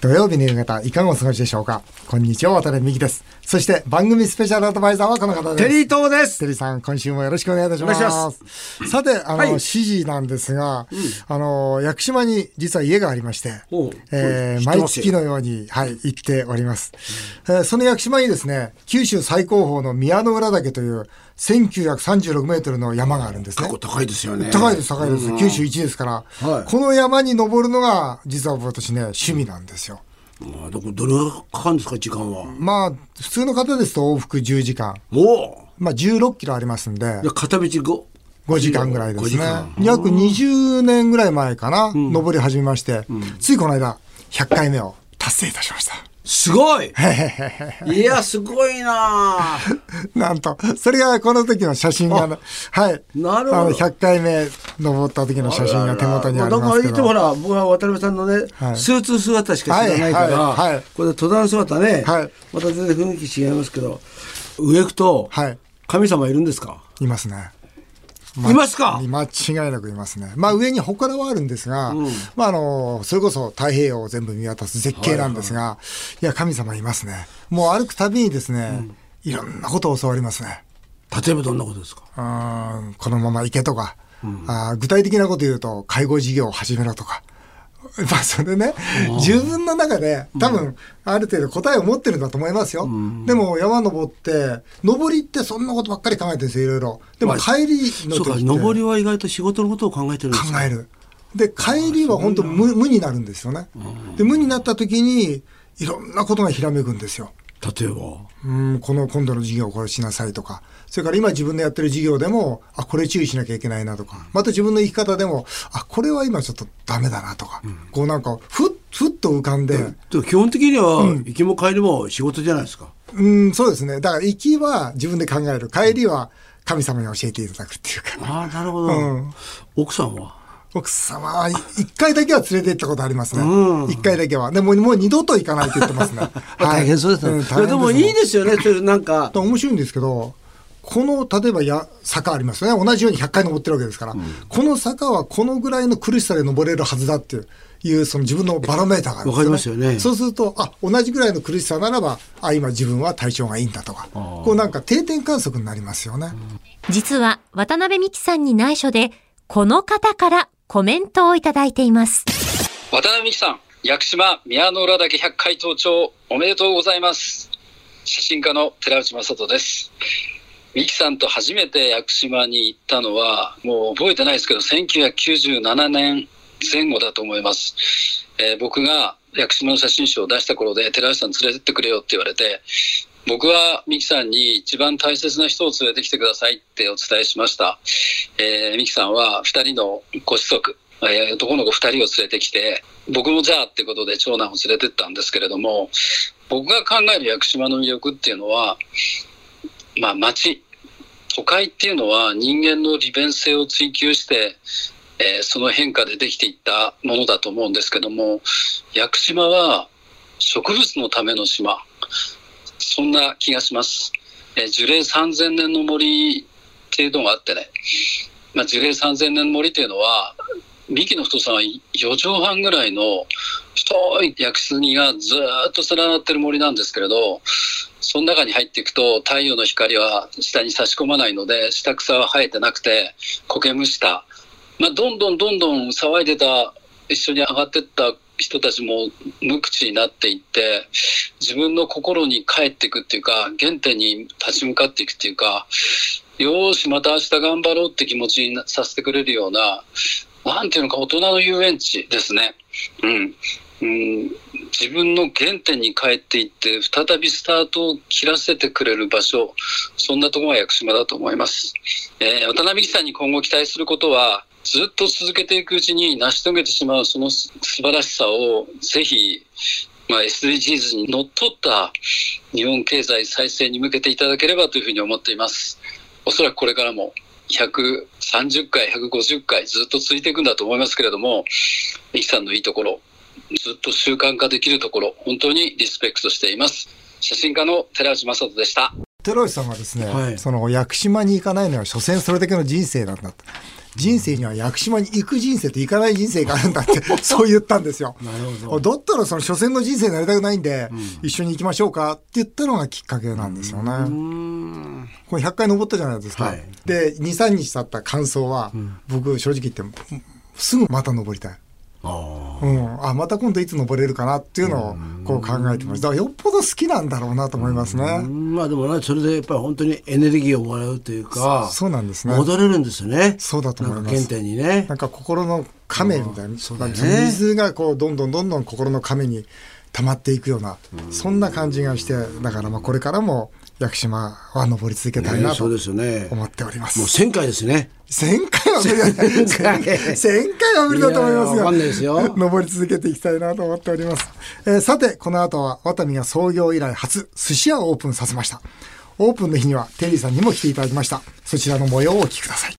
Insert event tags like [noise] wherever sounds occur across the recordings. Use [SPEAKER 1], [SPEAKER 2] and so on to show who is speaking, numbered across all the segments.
[SPEAKER 1] 土曜日の夕方、いかがお過ごしでしょうかこんにちは、渡辺美希です。そして、番組スペシャルアドバイザーはこの方です。
[SPEAKER 2] テリー東です
[SPEAKER 1] テリーさん、今週もよろしくお願いいたします。
[SPEAKER 2] お願いしま
[SPEAKER 1] さて、あの、
[SPEAKER 2] はい
[SPEAKER 1] 指示なんですが、あの、屋久島に実は家がありまして
[SPEAKER 2] おう、
[SPEAKER 1] え
[SPEAKER 2] 知
[SPEAKER 1] ー
[SPEAKER 2] ってますよ
[SPEAKER 1] 毎月のように、はい、行っております。えーその屋久島にですね、九州最高峰の宮之浦岳という、1936メートルの山があるんですね。
[SPEAKER 2] 結構高いですよね。
[SPEAKER 1] 高いです、高いです。九州一ですから、
[SPEAKER 2] はい
[SPEAKER 1] この山に登るのが、実は私ね、趣味なんですよ。
[SPEAKER 2] まあ、どこ、どれぐらいかかるんですか、時間は。
[SPEAKER 1] まあ、普通の方ですと往復10時間。
[SPEAKER 2] おお。
[SPEAKER 1] まあ、16キロありますんで
[SPEAKER 2] じゃ、あ片道5。
[SPEAKER 1] 5時間ぐらいで
[SPEAKER 2] 5
[SPEAKER 1] す
[SPEAKER 2] 時
[SPEAKER 1] ね
[SPEAKER 2] 間。。
[SPEAKER 1] 約20年ぐらい前かな、登り始めまして、ついこの間、100回目を達成いたしました。 [laughs]
[SPEAKER 2] すごいいや、すごいなあ
[SPEAKER 1] なんと、それがこの時の写真がな、はい。
[SPEAKER 2] なるほど
[SPEAKER 1] あの、100回目登った時の [laughs] 写真が手元にあり
[SPEAKER 2] だか
[SPEAKER 1] ま
[SPEAKER 2] ら
[SPEAKER 1] す
[SPEAKER 2] い
[SPEAKER 1] け
[SPEAKER 2] つも
[SPEAKER 1] ど。
[SPEAKER 2] ほら、僕は渡辺さんのね、
[SPEAKER 1] はい
[SPEAKER 2] スーツ姿しか知らないから、
[SPEAKER 1] はいはいはい
[SPEAKER 2] これ登山姿ね、
[SPEAKER 1] はい
[SPEAKER 2] また全然雰囲気違いますけど、上行くと、
[SPEAKER 1] はい。
[SPEAKER 2] 神様いるんですか
[SPEAKER 1] いますね。
[SPEAKER 2] いますか
[SPEAKER 1] 間違いなくいますね。まあ上に祠はあるんですが、まああの、それこそ太平洋を全部見渡す絶景なんですが、いや、神様いますね。もう歩くたびにですね、いろんなことを教わりますね。
[SPEAKER 2] 例えばどんなことですか
[SPEAKER 1] うーんこのまま行けとか、あー具体的なこと言うと、介護事業を始めろとか。 [laughs] まあそれね、自分の中で多分ある程度答えを持ってるんだと思いますよ。でも山登って、登りってそんなことばっかり考えてるんですよ、いろいろ。でも帰りの
[SPEAKER 2] そ
[SPEAKER 1] 時
[SPEAKER 2] う
[SPEAKER 1] っ
[SPEAKER 2] か、
[SPEAKER 1] て
[SPEAKER 2] 上りは意外と仕事のことを考えてるんです
[SPEAKER 1] 考
[SPEAKER 2] か
[SPEAKER 1] える。で、帰りは本当無無になるんですよね。で、無になった時に、いろんなことがひらめくんですよ。
[SPEAKER 2] 例えば。
[SPEAKER 1] うん、この今度の授業これしなさいとか、それから今自分のやってる授業でも、あ、これ注意しなきゃいけないなとか、また自分の生き方でも、あ、これは今ちょっとダメだなとか、こうなんか、ふっ、ふっと浮かんで、
[SPEAKER 2] でも基本的には行きも帰りも仕事じゃないですか。
[SPEAKER 1] うん、そうですね。だから行きは自分で考える、帰りは神様に教えていただくっていうか。
[SPEAKER 2] ああなるほど、
[SPEAKER 1] うん
[SPEAKER 2] 奥さんは
[SPEAKER 1] 奥様は一回だけは連れて行ったことありますね
[SPEAKER 2] うん。
[SPEAKER 1] 一、回だけは。でももう二度と行かないって言ってます
[SPEAKER 2] [laughs]
[SPEAKER 1] ね。はいん
[SPEAKER 2] ね
[SPEAKER 1] 大
[SPEAKER 2] い
[SPEAKER 1] 変
[SPEAKER 2] やでもいいですよねそれな
[SPEAKER 1] [laughs]
[SPEAKER 2] んか
[SPEAKER 1] 面白いんですけど、この例えばや坂ありますよね、同じように100回登ってるわけですから、この坂はこのぐらいの苦しさで登れるはずだっていう、いうその自分のバロメーターがあるんで
[SPEAKER 2] わかりますよね
[SPEAKER 1] そうすると、あ同じぐらいの苦しさならば、あ今、自分は体調がいいんだとか、
[SPEAKER 2] ー
[SPEAKER 1] こうなんか定点観測になりますよね。
[SPEAKER 3] 実は渡辺美希さんに内緒で、この方からコメントをいただいています。
[SPEAKER 4] 渡辺美樹さん、屋久島宮之浦岳100回登頂おめでとうございます。写真家の寺内正人です。美樹さんと初めて屋久島に行ったのは、もう覚えてないですけど、1997年前後だと思います。えー僕が屋久島の写真集を出した頃で、寺内さん連れてってくれよって言われて、僕は美樹さんに一番大切な人を連れてきてくださいってお伝えしました。えー、美樹さんは2人のご子息、えー男の子2人を連れてきて、僕もじゃあってことで長男を連れてったんですけれども、僕が考える屋久島の魅力っていうのは、まあ街、都会っていうのは人間の利便性を追求して、えーその変化でできていったものだと思うんですけども、屋久島は植物のための島。そんな気がします。えー樹齢3000年の森っていうのがあってね、まあ、樹齢3000年の森っていうのは、幹の太さが4畳半ぐらいの太い屋久杉がずーっと連なってる森なんですけれど、その中に入っていくと太陽の光は下に差し込まないので、下草は生えてなくて苔むした。まあ、どんどんどんどん騒いでた、一緒に上がってった人たちも無口になっていって、自分の心に帰っていくっていうか原点に立ち向かっていくっていうかよーしまた明日頑張ろうって気持ちになさせてくれるようななんていうのか大人の遊園地ですね。うんうん、自分の原点に帰っていって再びスタートを切らせてくれる場所そんなところが屋久島だと思います、えー渡辺美樹さんに今後期待することはずっと続けていくうちに成し遂げてしまうその素晴らしさをぜひまあ、SDGs にのっとった日本経済再生に向けていただければというふうに思っています。おそらくこれからも130回、150回ずっと続いていくんだと思いますけれども、ミキさんのいいところ、ずっと習慣化できるところ、本当にリスペクトしています。写真家の寺内正人でした。
[SPEAKER 1] 寺内さんはですね、
[SPEAKER 2] はい
[SPEAKER 1] その屋久島に行かないのは所詮それだけの人生なんだと。人生には屋久島に行く人生と行かない人生があるんだって [laughs] そう言ったんですよ。
[SPEAKER 2] なるほ
[SPEAKER 1] どだったらその所詮の人生になりたくないんで、うん、一緒に行きましょうかって言ったのがきっかけなんですよね。これ100回登ったじゃないですか。はい、で23日経った感想は、うん、僕正直言ってすぐまた登りたい。あ,、うん、あまた今度いつ登れるかなっていうのをこう考えてますだからよっぽど好きなんだろうなと思いますね
[SPEAKER 2] まあでもねそれでやっぱり本当にエネルギーをもらうというか
[SPEAKER 1] そうなんですね
[SPEAKER 2] 戻れるんですね
[SPEAKER 1] そうだと思います
[SPEAKER 2] 原点にね
[SPEAKER 1] なんか心の亀みたいな、そうだね、水がこうどんどんどんどん心の亀に溜まっていくようなそんな感じがしてだからまあこれからも屋久島は登り続けたいなと思っております。
[SPEAKER 2] ねすね、もう1回ですね。
[SPEAKER 1] 1回は無理だ。1回 [laughs] は無理だと思います
[SPEAKER 2] よ。すよ
[SPEAKER 1] 登り続けていきたいなと思っております。えー、さて、この後はワタミが創業以来初寿司屋をオープンさせました。オープンの日にはテリーさんにも来ていただきました。そちらの模様をお聞きください。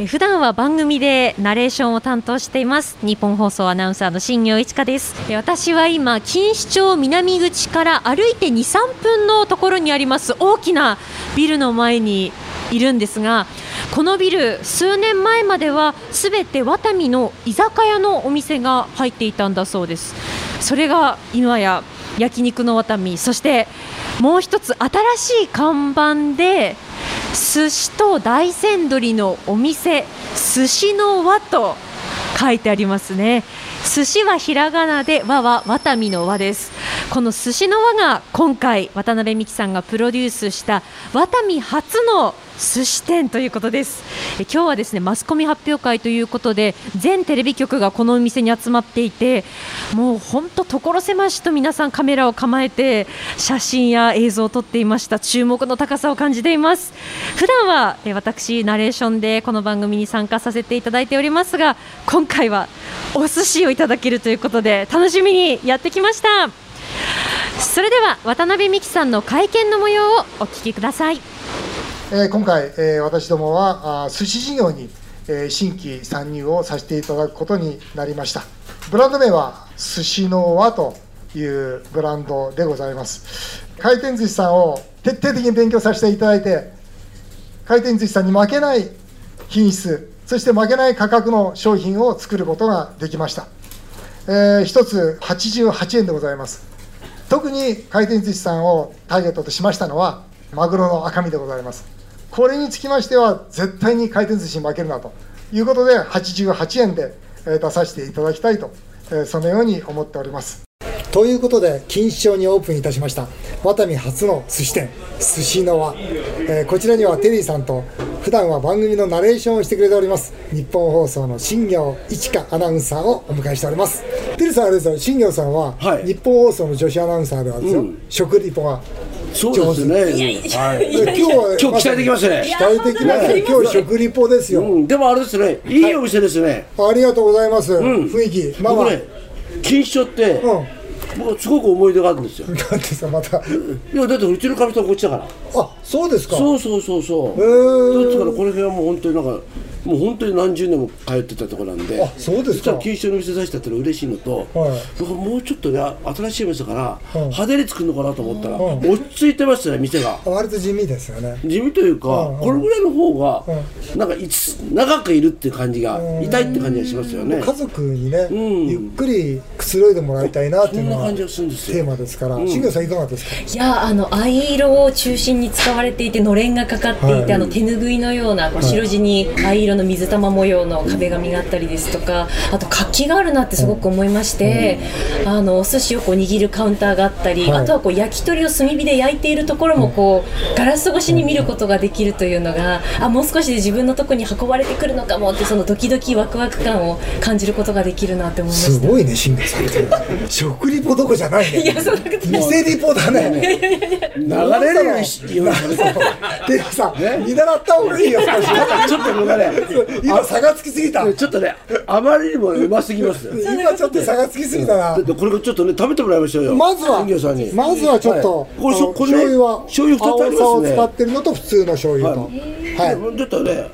[SPEAKER 3] え普段は番組でナレーションを担当しています日本放送アナウンサーの新業一華です私は今錦糸町南口から歩いて23分のところにあります大きなビルの前にいるんですがこのビル数年前まではすべてワタミの居酒屋のお店が入っていたんだそうですそれが今や焼肉のワタミそしてもう一つ新しい看板で寿司と大山鶏のお店寿司の輪と書いてありますね寿司はひらがなで和はワタミの和ですこの寿司の輪が今回渡辺美樹さんがプロデュースしたワタミ初の寿司店ということですえ今日はですねマスコミ発表会ということで全テレビ局がこのお店に集まっていてもう本当所狭しと皆さんカメラを構えて写真や映像を撮っていました注目の高さを感じています普段はえ私ナレーションでこの番組に参加させていただいておりますが今回はお寿司をいただけるということで楽しみにやってきましたそれでは渡辺美樹さんの会見の模様をお聞きください
[SPEAKER 1] えー、今回、えー、私どもはあ寿司事業に、えー、新規参入をさせていただくことになりましたブランド名は寿司の輪というブランドでございます回転寿司さんを徹底的に勉強させていただいて回転寿司さんに負けない品質そして負けない価格の商品を作ることができました、えー、1つ88円でございます特に回転寿司さんをターゲットとしましたのはマグロの赤身でございますこれにつきましては、絶対に回転寿司に負けるなということで、88円で出させていただきたいと、そのように思っております。ということで、錦糸町にオープンいたしました、ワタミ初の寿司店、寿司の輪、えー、こちらにはテリーさんと、普段は番組のナレーションをしてくれております、日本放送の新業一華アナウンサーをお迎えしております。テリーさん、あれですよ、新業さんは、はい、日本放送の女子アナウンサーではですよ、うん、食リポが
[SPEAKER 2] そうですね。はい。今日は今日期待できますね。
[SPEAKER 1] 期待できますね。今日食リポですよ。
[SPEAKER 2] でもあれですね。いいお店ですね。
[SPEAKER 1] ありがとうございます。雰囲気。
[SPEAKER 2] まあまあ。錦糸町って。僕すごく思い出があるんですよ。
[SPEAKER 1] だってさまた。
[SPEAKER 2] いやだってうちのかみさんこっちだから。
[SPEAKER 1] あそうですか。
[SPEAKER 2] そうそうそうそう。だからこの辺はもう本当になんか。もう本当に何十年も通ってたところなんで、
[SPEAKER 1] あそうですか
[SPEAKER 2] 錦糸町の店出したってのは嬉しいのと、もうちょっとね、新しい店から、派手に作るのかなと思ったら、落ち着いてましたね、店が。
[SPEAKER 1] 割と地味ですよね。
[SPEAKER 2] 地味というか、これぐらいの方が、なんかいつ長くいるっていう感じが、いたいって感じがしますよね。
[SPEAKER 1] 家族にね、ゆっくりくつろいでもらいたいなっていうのが、テーマですから、新庄さん、いかがですか
[SPEAKER 5] いやあの、藍色を中心に使われていて、のれんがかかっていて、あの手拭いのような、白地に藍色の水玉模様の壁紙があったりですとかあと活気があるなってすごく思いまして、うん、あのお寿司をこう握るカウンターがあったり、はい、あとはこう焼き鳥を炭火で焼いているところもこうガラス越しに見ることができるというのがあもう少しで自分のとこに運ばれてくるのかもってそのドキドキワクワク感を感じることができるなって思いました
[SPEAKER 1] すごいね新藤さん食リポどこじゃないね
[SPEAKER 5] いやそんなことない
[SPEAKER 1] 店リポだね
[SPEAKER 2] 流れるよよ
[SPEAKER 1] [laughs] でもさ見習った方がいいよ
[SPEAKER 2] ちょっとごめんね
[SPEAKER 1] 今差がつきすぎた
[SPEAKER 2] ちょっとねあまりにもうますぎます
[SPEAKER 1] 今ちょっと差がつきすぎたな
[SPEAKER 2] これちょっとね食べてもらいましょうよ
[SPEAKER 1] まずはまずはちょっとこれ醤油は
[SPEAKER 2] 醤油2つあります
[SPEAKER 1] ねを使ってるのと普通の醤油と
[SPEAKER 2] はいちょっとね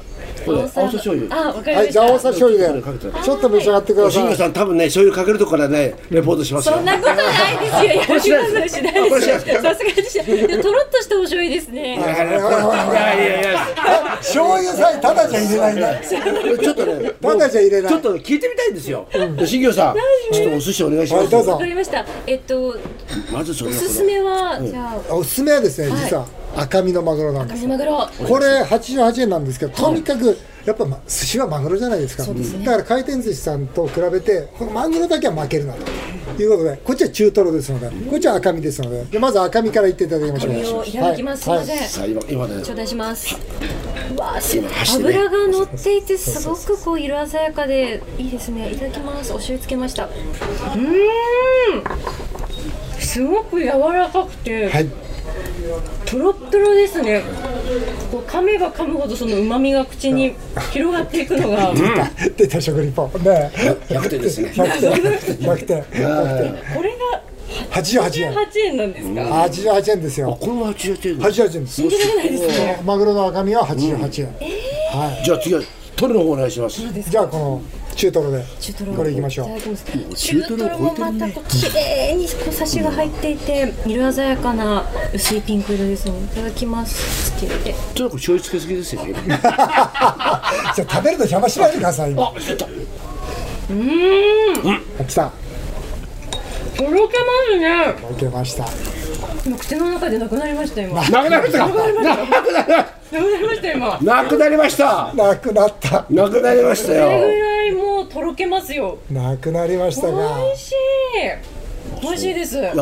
[SPEAKER 2] これ、青さ醤油。
[SPEAKER 6] あ、わかりま
[SPEAKER 1] はい、
[SPEAKER 6] し
[SPEAKER 1] じゃあ大さ
[SPEAKER 6] た。
[SPEAKER 1] 醤油で
[SPEAKER 2] かけて
[SPEAKER 1] ちょっと召し上がってくだ
[SPEAKER 2] 慎
[SPEAKER 1] さ
[SPEAKER 2] 吾
[SPEAKER 1] い。
[SPEAKER 2] さん、多分ね、醤油かけるとこからね、レポートしますよ。
[SPEAKER 6] そんなことないですよ。やりますしないです。さすがにしないいや。とろっとして面白いですね。
[SPEAKER 2] いやいやいや、
[SPEAKER 1] 醤油さえただじゃ入れないんだ。
[SPEAKER 2] ちょっとね、
[SPEAKER 1] ただじゃ入れない。
[SPEAKER 2] ちょっと聞いてみたいんですよ。新業さん、ちょっとお寿司お願いしま
[SPEAKER 1] はい
[SPEAKER 2] す。
[SPEAKER 1] どう
[SPEAKER 6] わ
[SPEAKER 1] ぞ
[SPEAKER 6] か。りました。えっと、
[SPEAKER 2] まずそれ
[SPEAKER 6] お
[SPEAKER 2] は
[SPEAKER 6] すすめは、じゃあ、
[SPEAKER 1] おすすめはですね、
[SPEAKER 6] はい
[SPEAKER 1] 実は赤身のマグロなんです
[SPEAKER 6] カ。ニマグロ。
[SPEAKER 1] これ88円なんですけど、とにかくやっぱま寿司はマグロじゃないですか。だから回転寿司さんと比べて、このマグロだけは負けるなと。いうことで、こっちは中トロですので、こっちは赤身ですので、でまず赤身からいっていただきましょう。
[SPEAKER 6] 身をいただきます。すいません。
[SPEAKER 2] さあ、今、今ね、
[SPEAKER 6] 頂戴します。うわあ、す
[SPEAKER 2] 今走ってね
[SPEAKER 6] 油が乗っていてすごくこう色鮮やかでいいですね。いただきます。お醤油つけました。うーん。すごく柔らかくて、
[SPEAKER 1] はい。
[SPEAKER 6] とろっとろですね。こう噛めば噛むほどその旨味が口に広がっていくのが、
[SPEAKER 1] 出た食リポ。
[SPEAKER 6] [laughs]
[SPEAKER 1] ねえ。
[SPEAKER 2] 100点ですね。
[SPEAKER 1] 100点。100点。
[SPEAKER 6] これが
[SPEAKER 1] 88円。
[SPEAKER 6] 八円なんですか。
[SPEAKER 1] 88円です
[SPEAKER 2] あ、
[SPEAKER 1] よ。
[SPEAKER 2] これも八十八円。
[SPEAKER 1] 88円です。
[SPEAKER 6] 信じられないですね。
[SPEAKER 1] マグロの赤身は88円。は
[SPEAKER 2] じゃあ、次は、トルの方お願いします。
[SPEAKER 1] い。じゃあこの中トロで
[SPEAKER 6] 中トロ
[SPEAKER 1] これいきましょう
[SPEAKER 6] いただきます
[SPEAKER 2] 中
[SPEAKER 6] 中
[SPEAKER 2] ト
[SPEAKER 6] ト
[SPEAKER 2] ロ
[SPEAKER 6] ロもまたこう綺麗にこうサシが入っていて色鮮やかな薄いピンク色ですねいただきますつけて
[SPEAKER 2] ちょっと醤油つけすぎですよね。
[SPEAKER 1] じゃあ食べるの邪魔しないでください。今来た。
[SPEAKER 6] とろけますね
[SPEAKER 1] 受けました。
[SPEAKER 6] 今口の中でなくなりました今
[SPEAKER 2] な
[SPEAKER 6] な
[SPEAKER 2] くなりましたか
[SPEAKER 6] くなりました今
[SPEAKER 2] なくなりました
[SPEAKER 1] なくなった。
[SPEAKER 2] なくなりました
[SPEAKER 6] これぐ
[SPEAKER 2] よ。
[SPEAKER 6] らいもうとろけますよ
[SPEAKER 1] なくなりましたが。
[SPEAKER 6] 美味しい美味しいです
[SPEAKER 2] いや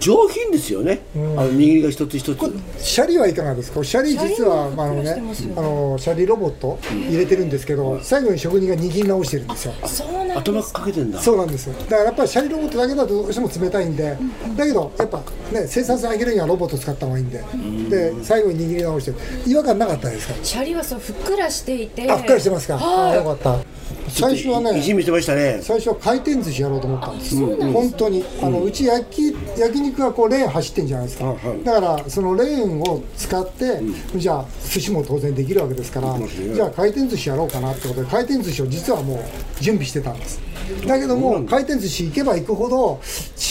[SPEAKER 2] 上品ですよね。あの握りが一つ一つ。
[SPEAKER 1] シャリはいかがですか。シャリ実は
[SPEAKER 6] シャリも
[SPEAKER 1] まああのね
[SPEAKER 6] ふっくらしてますよ
[SPEAKER 1] あのシャリロボット入れてるんですけど、最後に職人が握り直してるんですよ。
[SPEAKER 6] そうなん
[SPEAKER 2] 頭
[SPEAKER 6] です
[SPEAKER 2] かけてんだ。
[SPEAKER 1] そうなんですよだからやっぱりシャリロボットだけだとどうしても冷たいんで、だけどやっぱね生産性上げるにはロボット使った方がいいんで、で最後に握り直して違和感なかったですか、
[SPEAKER 6] シャリはそうふっくらしていて
[SPEAKER 1] あふっかりしてますか、あ
[SPEAKER 6] はい
[SPEAKER 1] よかった最初はね
[SPEAKER 2] 意地見してましたね。
[SPEAKER 1] 最初は回転寿司やろうと思ったんですよ、本当にあのうち焼き焼肉はこうレーン走ってんじゃないですか、
[SPEAKER 2] あはい
[SPEAKER 1] だからそのレーンを使って、じゃあ寿司も当然できるわけですから、じゃあ回転寿司やろうかなってことで回転寿司を実はもう準備してたんですだけども回転寿司行けば行くほど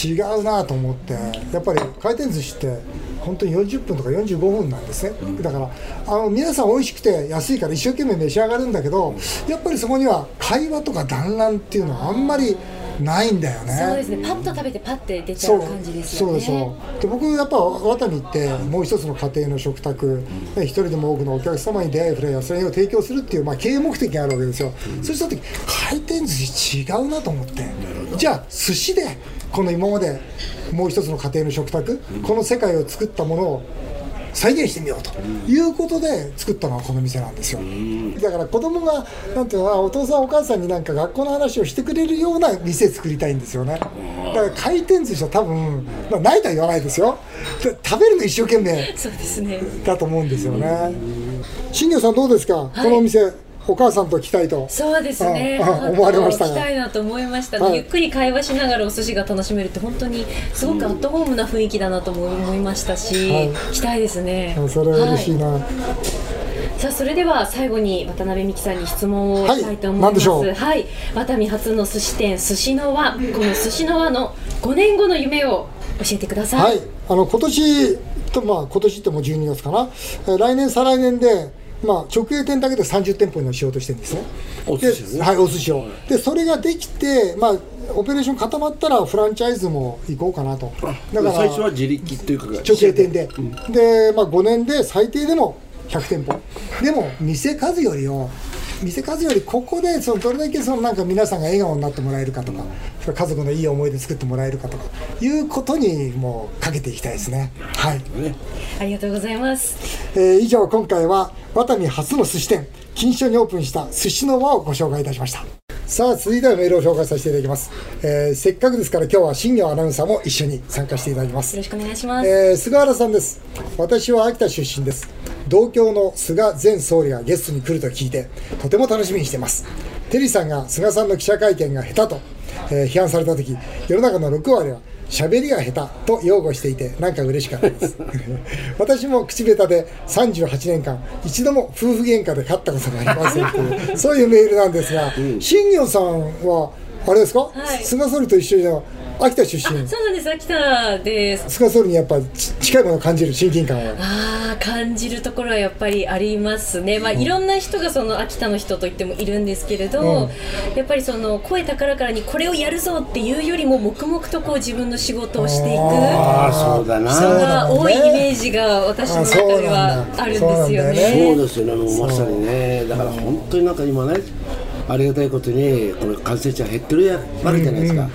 [SPEAKER 1] 違うなと思ってやっぱり回転寿司って本当に40分とか45分なんですねだからあの皆さん美味しくて安いから一生懸命召し上がるんだけどやっぱりそこには会話とか団らんっていうのはあんまりないんだよね
[SPEAKER 6] そうですねパッと食べてパッて出ちゃう感じですよね
[SPEAKER 1] そうそうで僕やっぱワタミってもう一つの家庭の食卓、ね一人でも多くのお客様に出会い触れやそれを提供するっていう、まあ、経営目的があるわけですよ、そうした時回転寿司違うなと思ってじゃあ寿司でこの今までもう一つの家庭の食卓、この世界を作ったものを再現してみようということで作ったのがこの店なんですよだから子供がなんていうのかなお父さんお母さんになんか学校の話をしてくれるような店作りたいんですよねだから回転寿司は多分、まあ、ないとは言わないですよで食べるの一生懸命
[SPEAKER 6] そうですね
[SPEAKER 1] だと思うんですよね新庄さんどうですか、このお店お母さんと来たいと
[SPEAKER 6] そうですね。
[SPEAKER 1] ああ
[SPEAKER 6] 母と
[SPEAKER 1] 思われましたが
[SPEAKER 6] 行きたいなと思いました、ね
[SPEAKER 1] はい
[SPEAKER 6] ゆっくり会話しながらお寿司が楽しめるって本当にすごくアットホームな雰囲気だなとも思いましたし、
[SPEAKER 1] はい
[SPEAKER 6] 行きたいですね。
[SPEAKER 1] それは嬉しいな、
[SPEAKER 6] はいさあそれでは最後に渡辺美樹さんに質問をしたいと思い
[SPEAKER 1] はい何
[SPEAKER 6] ま。
[SPEAKER 1] ですしょ
[SPEAKER 6] は
[SPEAKER 1] う
[SPEAKER 6] い。ワタミ初の寿司店寿司の輪この寿司の輪の5年後の夢を教えてください。
[SPEAKER 1] はい、あの今年と、まあ、今年ってもう12月かな、えー来年、再来年で、まあ、直営店だけで30店舗にしようとしてるんですね。
[SPEAKER 2] お寿司を
[SPEAKER 1] で
[SPEAKER 2] ね
[SPEAKER 1] はい、お寿司を。で、それができて、まあ、オペレーション固まったら、フランチャイズも行こうかなと。だから、
[SPEAKER 2] 最初は自力っていうか
[SPEAKER 1] 直営店で、で、まあ、5年で最低でも100店舗でも店数よりを店数よりここでそのどれだけそのなんか皆さんが笑顔になってもらえるかとか、それ家族のいい思い出作ってもらえるかとかいうことにもうかけていきたいですねはい、
[SPEAKER 6] ありがとうございます。
[SPEAKER 1] えー以上今回はワタミ初の寿司店金賞にオープンした寿司の輪をご紹介いたしましたさあ続いてはメールを紹介させていただきます、えーせっかくですから今日は新庄アナウンサーも一緒に参加していただきます
[SPEAKER 6] よろしくお願いします。
[SPEAKER 1] えー菅原さんです私は秋田出身です同郷の菅前総理がゲストに来ると聞いてとても楽しみにしていますテリーさんが菅さんの記者会見が下手と、えー批判された時世の中の6割は喋りが下手と擁護していてなんか嬉しかったです [laughs] 私も口下手で38年間一度も夫婦喧嘩で勝ったことがありませんというそういうメールなんですが、新業さんはあれですか、
[SPEAKER 6] はい
[SPEAKER 1] 菅総理と一緒じゃ秋田出身
[SPEAKER 6] そうなんです秋田です
[SPEAKER 1] 菅総理にやっぱち近いものを感じる親近感を
[SPEAKER 6] ああ感じるところはやっぱりありますね、まあ、いろんな人がその秋田の人と言ってもいるんですけれど、やっぱりその声高らかにこれをやるぞっていうよりも黙々とこう自分の仕事をしていく
[SPEAKER 2] ああそうだな
[SPEAKER 6] 人
[SPEAKER 2] そ
[SPEAKER 6] が多いイメージが私の中ではあるんですよ
[SPEAKER 1] あ
[SPEAKER 6] ね。
[SPEAKER 2] うですよねもうまさにねだから本当になんか今ねありがたいことにこの感染者減ってるわけじゃないですか、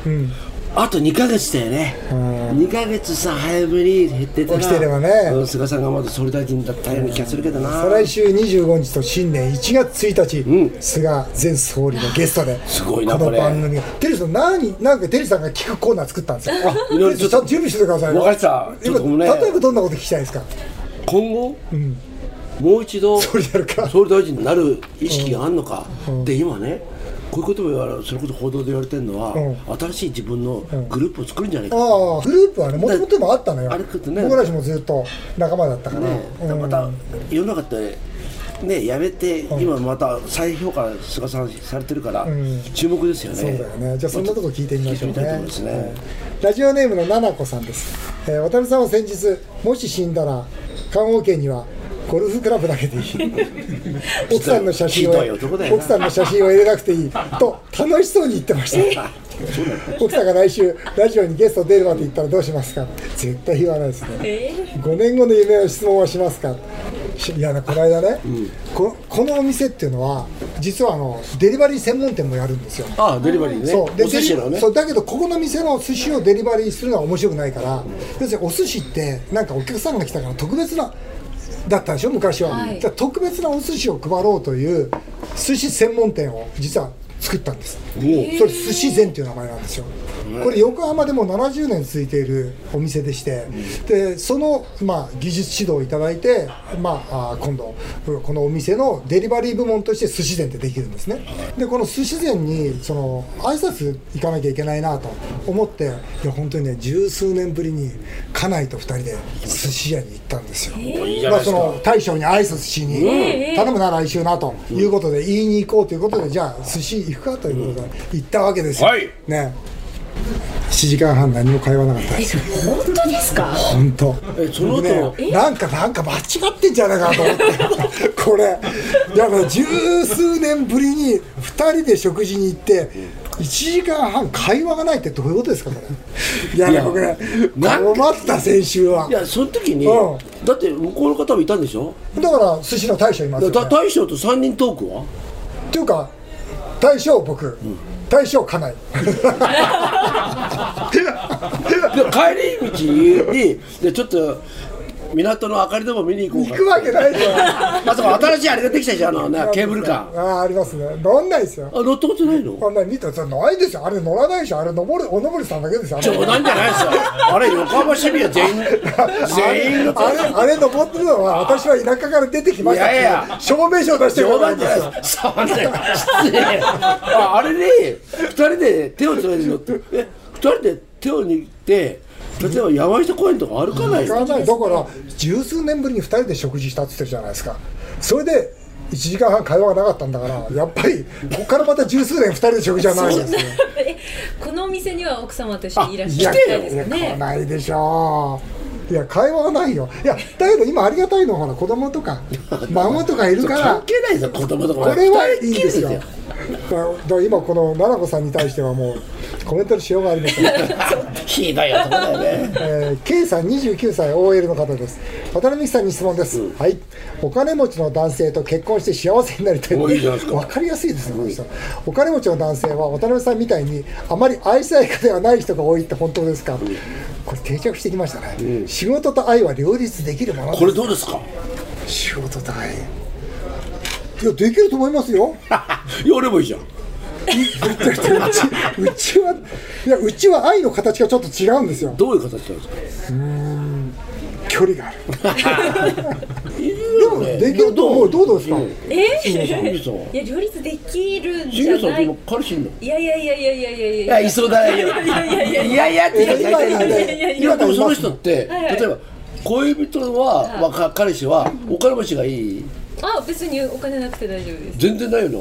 [SPEAKER 2] あと2ヶ月だよね、2ヶ月さ早めに減ってたら
[SPEAKER 1] 起きてればね
[SPEAKER 2] うん菅さんがまだ総理大臣だったような気がするけどな
[SPEAKER 1] 再来週25日と新年1月1日、
[SPEAKER 2] うん
[SPEAKER 1] 菅前総理のゲストで
[SPEAKER 2] すごいな
[SPEAKER 1] こ
[SPEAKER 2] こ
[SPEAKER 1] の
[SPEAKER 2] れ
[SPEAKER 1] 番組がテリーさん何なんかテリーさんが聞くコーナー作ったんですよ
[SPEAKER 2] い
[SPEAKER 1] テ
[SPEAKER 2] ろい
[SPEAKER 1] リ
[SPEAKER 2] ろ
[SPEAKER 1] ー
[SPEAKER 2] ち
[SPEAKER 1] さ
[SPEAKER 2] ょ
[SPEAKER 1] ん
[SPEAKER 2] っ
[SPEAKER 1] ち
[SPEAKER 2] と
[SPEAKER 1] ゃんと準備しててください
[SPEAKER 2] 分かりましたちょっとごめん
[SPEAKER 1] 今
[SPEAKER 2] ね
[SPEAKER 1] 例えばどんなこと聞きたいですか
[SPEAKER 2] 今後、もう一度
[SPEAKER 1] 総理やるか
[SPEAKER 2] 総理大臣になる意識があるのか、で今ねこういうことも言われそれこそ報道で言われてるのは、
[SPEAKER 1] う
[SPEAKER 2] 新しい自分のグループを作るんじゃないか、
[SPEAKER 1] ああグループはねもともともあったのよ
[SPEAKER 2] あれことね
[SPEAKER 1] 僕らしもずっと仲間だったから、
[SPEAKER 2] ね
[SPEAKER 1] うん
[SPEAKER 2] また世の中ってねやめて、今また再評価菅さんされてるから、
[SPEAKER 1] ん
[SPEAKER 2] 注目ですよね
[SPEAKER 1] そうだよねじゃあそんなとこ聞いてみましょう
[SPEAKER 2] 聞いてみたいと思いますね
[SPEAKER 1] はいラジオネームのななこさんです、えー、渡辺さんは先日もし死んだら棺桶にはゴルフクラブだけで
[SPEAKER 2] [laughs]
[SPEAKER 1] いい奥さんの写真を
[SPEAKER 2] ひどい男だよな
[SPEAKER 1] 奥さんの写真を入れなくていいと楽しそうに言ってま
[SPEAKER 2] [laughs]
[SPEAKER 1] した奥さんが来週ラジオにゲスト出るまで言ったらどうしますか絶対言わないですね
[SPEAKER 6] えー
[SPEAKER 1] 5年後の夢の質問はしますかしいやねこの間ね、ここのお店っていうのは実はあのデリバリー専門店もやるんですよ
[SPEAKER 2] ああデリバリーね
[SPEAKER 1] そうで
[SPEAKER 2] お寿司の
[SPEAKER 1] デ
[SPEAKER 2] ね
[SPEAKER 1] リそうだけどここの店の寿司をデリバリーするのは面白くないから要するにお寿司ってなんかお客さんが来たから特別なだったでしょ昔は、
[SPEAKER 6] はい
[SPEAKER 1] じゃあ特別なお寿司を配ろうという寿司専門店を実は作ったんです
[SPEAKER 2] おう
[SPEAKER 1] それ寿司膳という名前なんですよこれ横浜でも70年続いているお店でしてでその、まあ、技術指導をいただいて、まあ、あー今度このお店のデリバリー部門として寿司膳ってできるんですねでこの寿司膳にその挨拶行かなきゃいけないなと思っていや本当にね十数年ぶりに家内と2人で寿司屋に行ったんですよ、
[SPEAKER 2] いいじゃな
[SPEAKER 1] ま
[SPEAKER 2] い
[SPEAKER 1] あ、
[SPEAKER 2] です
[SPEAKER 1] そ
[SPEAKER 2] か、
[SPEAKER 1] の大将に挨拶しに、頼むな来週なということで言いに行こうということでじゃあ寿司行くかということで行ったわけですよ、
[SPEAKER 2] はい
[SPEAKER 1] ね7時間半何も会話なかったですよ
[SPEAKER 6] 本当で
[SPEAKER 2] [laughs]
[SPEAKER 6] すか
[SPEAKER 1] 本当
[SPEAKER 2] えその後の
[SPEAKER 1] ねなんかなんか間違ってんじゃないかなと思って [laughs] これだから十数年ぶりに2人で食事に行って1時間半会話がないってどういうことですかこれいや
[SPEAKER 2] いや
[SPEAKER 1] 僕ね
[SPEAKER 2] なんか
[SPEAKER 1] 困った先週はい
[SPEAKER 2] やその時に、
[SPEAKER 1] う
[SPEAKER 2] だって向こうの方もいたんでしょ
[SPEAKER 1] だから寿司の大将いますよ、ね
[SPEAKER 2] だ、大将と三人トークは
[SPEAKER 1] っていうか大将僕、大将家内
[SPEAKER 2] で帰り道にでちょっと港の明かりでも見に行こうか
[SPEAKER 1] 行くわけないじゃん
[SPEAKER 2] あそこ新しいあれができたじゃんあのねケーブルカーあ
[SPEAKER 1] ああありますね乗んないですよ
[SPEAKER 2] 乗ったことないの
[SPEAKER 1] あんなに見たらないですよあれ乗らないでしょあれ登るお登りさんだけですよあ
[SPEAKER 2] 冗
[SPEAKER 1] れ
[SPEAKER 2] 談じゃないですよあれ横浜市民は全員全員の
[SPEAKER 1] あれあれ登ってるのは私は田舎から出てきましたってう
[SPEAKER 2] いやいや
[SPEAKER 1] 証明書を出してく
[SPEAKER 2] 冗
[SPEAKER 1] れない
[SPEAKER 2] 談
[SPEAKER 1] ん
[SPEAKER 2] じ
[SPEAKER 1] で
[SPEAKER 2] ゃな
[SPEAKER 1] す
[SPEAKER 2] い
[SPEAKER 1] よ
[SPEAKER 2] ですよそんな失礼ああれね二人で手をつないで乗ってえ二人で手を握って例えば山下公園とか歩かない
[SPEAKER 1] 行か
[SPEAKER 2] よ
[SPEAKER 1] ないだから十数年ぶりに2人で食事したって言ってるじゃないですかそれで1時間半会話がなかったんだからやっぱりここからまた十数年2人で食事はないですよ
[SPEAKER 6] えこのお店には奥様と一緒にいらっ
[SPEAKER 1] い
[SPEAKER 6] し
[SPEAKER 1] や
[SPEAKER 6] ゃっ
[SPEAKER 2] 来て
[SPEAKER 6] た
[SPEAKER 2] よ
[SPEAKER 6] んですか
[SPEAKER 1] 来
[SPEAKER 6] ね
[SPEAKER 1] ないでしょういや会話はないよいやだけど今ありがたいのはほら子供とか孫とかいるから
[SPEAKER 2] 関係ないですよ子供とか
[SPEAKER 1] これはい
[SPEAKER 2] 二人
[SPEAKER 1] い
[SPEAKER 2] っきり
[SPEAKER 1] ですよだから今この奈々子さんに対してはもうコメントのしようがありません
[SPEAKER 2] ひどい男だよね
[SPEAKER 1] えー K さん29歳 OL の方です渡辺美樹さんに質問です、はいお金持ちの男性と結婚して幸せになりたい
[SPEAKER 2] おいいじゃないですか
[SPEAKER 1] わかりやすいですねこの人お金持ちの男性は渡辺さんみたいにあまり愛妻家ではない人が多いって本当ですか、これ定着してきましたね、仕事と愛は両立できるものです
[SPEAKER 2] これどうですか
[SPEAKER 1] 仕事と愛いやできると思います
[SPEAKER 2] [laughs]
[SPEAKER 1] よ
[SPEAKER 2] いや俺もいいじゃん
[SPEAKER 1] だってうちうちはいやうちは愛の形がちょっと違うんですよ
[SPEAKER 2] どういう形なんですか
[SPEAKER 1] 距離がある
[SPEAKER 2] [laughs] いい
[SPEAKER 1] で
[SPEAKER 2] よね
[SPEAKER 1] できると思うどうどうですか
[SPEAKER 2] えっ
[SPEAKER 6] いや両立できるん
[SPEAKER 2] 清
[SPEAKER 6] じゃ
[SPEAKER 2] 水さん
[SPEAKER 6] な
[SPEAKER 2] と
[SPEAKER 6] い
[SPEAKER 2] 今彼氏いんの
[SPEAKER 6] いやいやいやいやいやいやい
[SPEAKER 2] いや
[SPEAKER 6] や
[SPEAKER 2] いそうだよいやいやいやいやって言
[SPEAKER 1] いやいや
[SPEAKER 6] いやいや
[SPEAKER 2] 今でもその人って
[SPEAKER 6] はいはい
[SPEAKER 2] 例えば恋人はわか彼氏はお金持ちがいい
[SPEAKER 6] あ別にお金なくて大丈夫です
[SPEAKER 2] 全然ないよな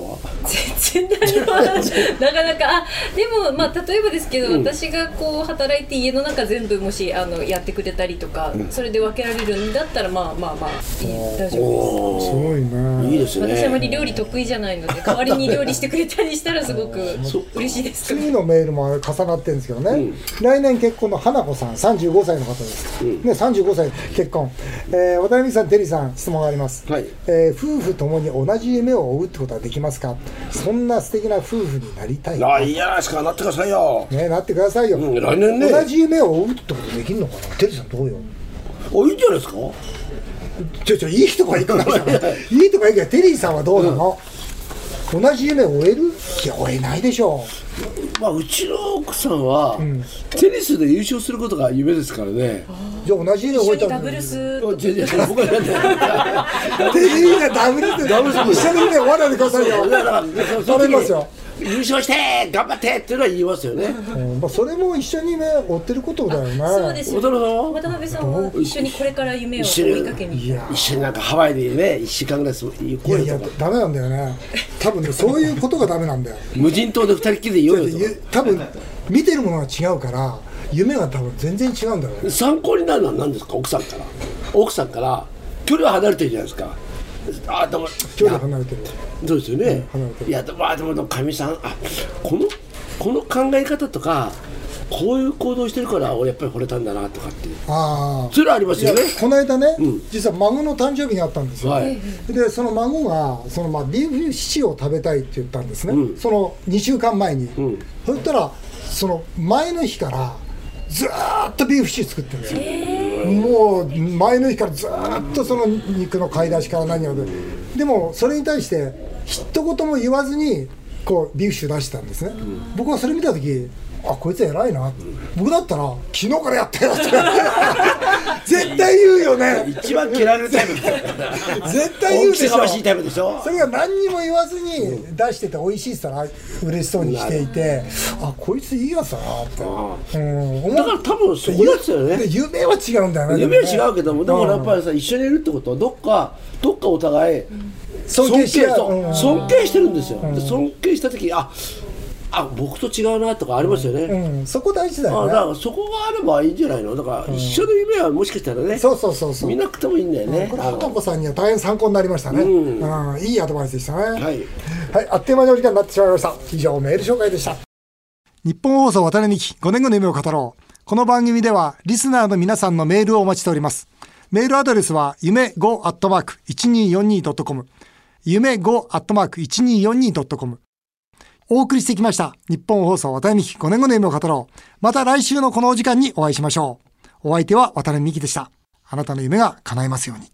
[SPEAKER 6] 全然大丈夫なかなかあでもまあ例えばですけど、私がこう働いて家の中全部もしあのやってくれたりとか、それで分けられるんだったらまあまあまあいい大丈夫で
[SPEAKER 2] お
[SPEAKER 6] す
[SPEAKER 1] すごい
[SPEAKER 2] ーい
[SPEAKER 1] ね
[SPEAKER 2] いですね
[SPEAKER 6] 私あまり料理得意じゃないの [laughs] で代わりに料理してくれたりしたらすごく嬉しいですけど
[SPEAKER 1] 次のメールも重なってるんですけどね、来年結婚の花子さん35歳の方です、ね、35歳結婚、えー渡辺美樹さんテリーさん質問があります、
[SPEAKER 2] はい
[SPEAKER 1] えー夫婦ともに同じ夢を追うってことはできますかそんな素敵な夫婦になりたい
[SPEAKER 2] あいやしかなってくださいよ
[SPEAKER 1] ね、なってくださいよ、
[SPEAKER 2] うん来年ね
[SPEAKER 1] 同じ夢を追うってことできるのかなテリーさんどうよ
[SPEAKER 2] おいいんじゃないですか
[SPEAKER 1] ちょちょいいとこ行くな
[SPEAKER 2] [laughs]
[SPEAKER 1] いいとこ行くなテリーさんはどうなの、同じ夢を追えるいや追えないでしょ
[SPEAKER 2] まあうちの奥さんはテニスで優勝することが夢ですからね
[SPEAKER 1] じゃあ同じ夢を
[SPEAKER 6] 一
[SPEAKER 1] 追
[SPEAKER 6] 緒
[SPEAKER 1] えた
[SPEAKER 6] に
[SPEAKER 1] ら
[SPEAKER 6] ダブルス
[SPEAKER 2] 全然僕はやん
[SPEAKER 1] [laughs]
[SPEAKER 2] ない
[SPEAKER 1] テリーがダブルス
[SPEAKER 2] ダブルス
[SPEAKER 1] 一緒に夢を追わないでくださいよ
[SPEAKER 2] だから
[SPEAKER 1] それますよ、
[SPEAKER 2] 優勝して頑張ってっていうのは言いますよね
[SPEAKER 1] うんまあ、それも一緒に夢を追ってることだよね
[SPEAKER 6] そうです
[SPEAKER 2] 大人
[SPEAKER 6] よ
[SPEAKER 2] さん
[SPEAKER 6] 渡辺さんは一緒にこれから夢を
[SPEAKER 2] 一緒に
[SPEAKER 6] 追いかけに
[SPEAKER 1] いや
[SPEAKER 2] 一緒になんかハワイでね1週間ぐらい行
[SPEAKER 1] い
[SPEAKER 2] こ
[SPEAKER 1] や
[SPEAKER 2] う
[SPEAKER 1] い
[SPEAKER 2] よ
[SPEAKER 1] や
[SPEAKER 2] とか
[SPEAKER 1] ダメなんだよね多分ねそういうことがダメなんだよ
[SPEAKER 2] 無人島で2人っきりでいようよと
[SPEAKER 1] ゆ多分見てるものが違うから夢が多分全然違うんだよね
[SPEAKER 2] か参考になるのは何ですか奥さんから奥さんから距離は離れてるじゃないですかあでも
[SPEAKER 1] 距離離れてる
[SPEAKER 2] そうですよね
[SPEAKER 1] 離れて。る
[SPEAKER 2] いや、でもまあ、でも、でもかみさん、あ、この、この考え方とか。こういう行動してるから、俺やっぱり惚れたんだなとかっていう。
[SPEAKER 1] ああ
[SPEAKER 2] それはありますよね。
[SPEAKER 1] この間ね、
[SPEAKER 2] うん
[SPEAKER 1] 実は孫の誕生日にあったんですよ、
[SPEAKER 2] はい。
[SPEAKER 1] でその孫がそのまあビーフシチューを食べたいって言ったんですね、
[SPEAKER 2] うん
[SPEAKER 1] その2週間前に、
[SPEAKER 2] ん
[SPEAKER 1] そしたらその前の日からずーっとビーフシチュー作ってるんですよ、もう前の日からずーっとその肉の買い出しから何をででもそれに対して一言も言わずにこうビーフシチュー出してたんですね、僕はそれ見た時あこいつ偉いな、僕だったら昨日からやってるって [laughs] 絶対言うよね
[SPEAKER 2] 一番嫌われる
[SPEAKER 1] [laughs]
[SPEAKER 2] タイプ。
[SPEAKER 1] 絶対言う
[SPEAKER 2] 大
[SPEAKER 1] で
[SPEAKER 2] きさ
[SPEAKER 1] し
[SPEAKER 2] が
[SPEAKER 1] ょ
[SPEAKER 2] ましいタイプでしょ
[SPEAKER 1] そ。れが何にも言わずに出してて美味しいって言ったら嬉しそうにしていてあこいついいやつだなって、うん、思う
[SPEAKER 2] だから、多分、そこですよ
[SPEAKER 1] で
[SPEAKER 2] ね。
[SPEAKER 1] 夢は違うんだよね
[SPEAKER 2] 夢は違うけども、だから、やっぱ
[SPEAKER 1] り
[SPEAKER 2] りさ、一緒にいるってことは、どっか、どっかお互い。
[SPEAKER 1] 尊敬し合う
[SPEAKER 2] 尊
[SPEAKER 1] うん
[SPEAKER 2] 敬そう尊敬してるんですよ。で尊敬した時、あ。あ、僕と違うなとかありますよね。
[SPEAKER 1] うん、そこ大事だ
[SPEAKER 2] あ
[SPEAKER 1] よ
[SPEAKER 2] だか
[SPEAKER 1] ね
[SPEAKER 2] らそこがあればいいんじゃないのだから一緒の夢はもしかしたらね、
[SPEAKER 1] そうそうそうそう
[SPEAKER 2] 見なくてもいいんだよね、
[SPEAKER 1] これ
[SPEAKER 2] あ
[SPEAKER 1] 花
[SPEAKER 2] の
[SPEAKER 1] 子さんには大変参考になりましたね、
[SPEAKER 2] う
[SPEAKER 1] うんいいアドバイスでしたね
[SPEAKER 2] は
[SPEAKER 1] は
[SPEAKER 2] い
[SPEAKER 1] い、あっという間にお時間になってしまいました。以上、メール紹介でした。日本放送渡辺美希5年後の夢を語ろう。この番組では、リスナーの皆さんのメールをお待ちしております。メールアドレスは、夢 5-1242.com。夢 5-1242.com。お送りしてきました。日本放送渡辺美希5年後の夢を語ろう。また来週のこのお時間にお会いしましょう。お相手は渡辺美希でした。あなたの夢が叶いますように。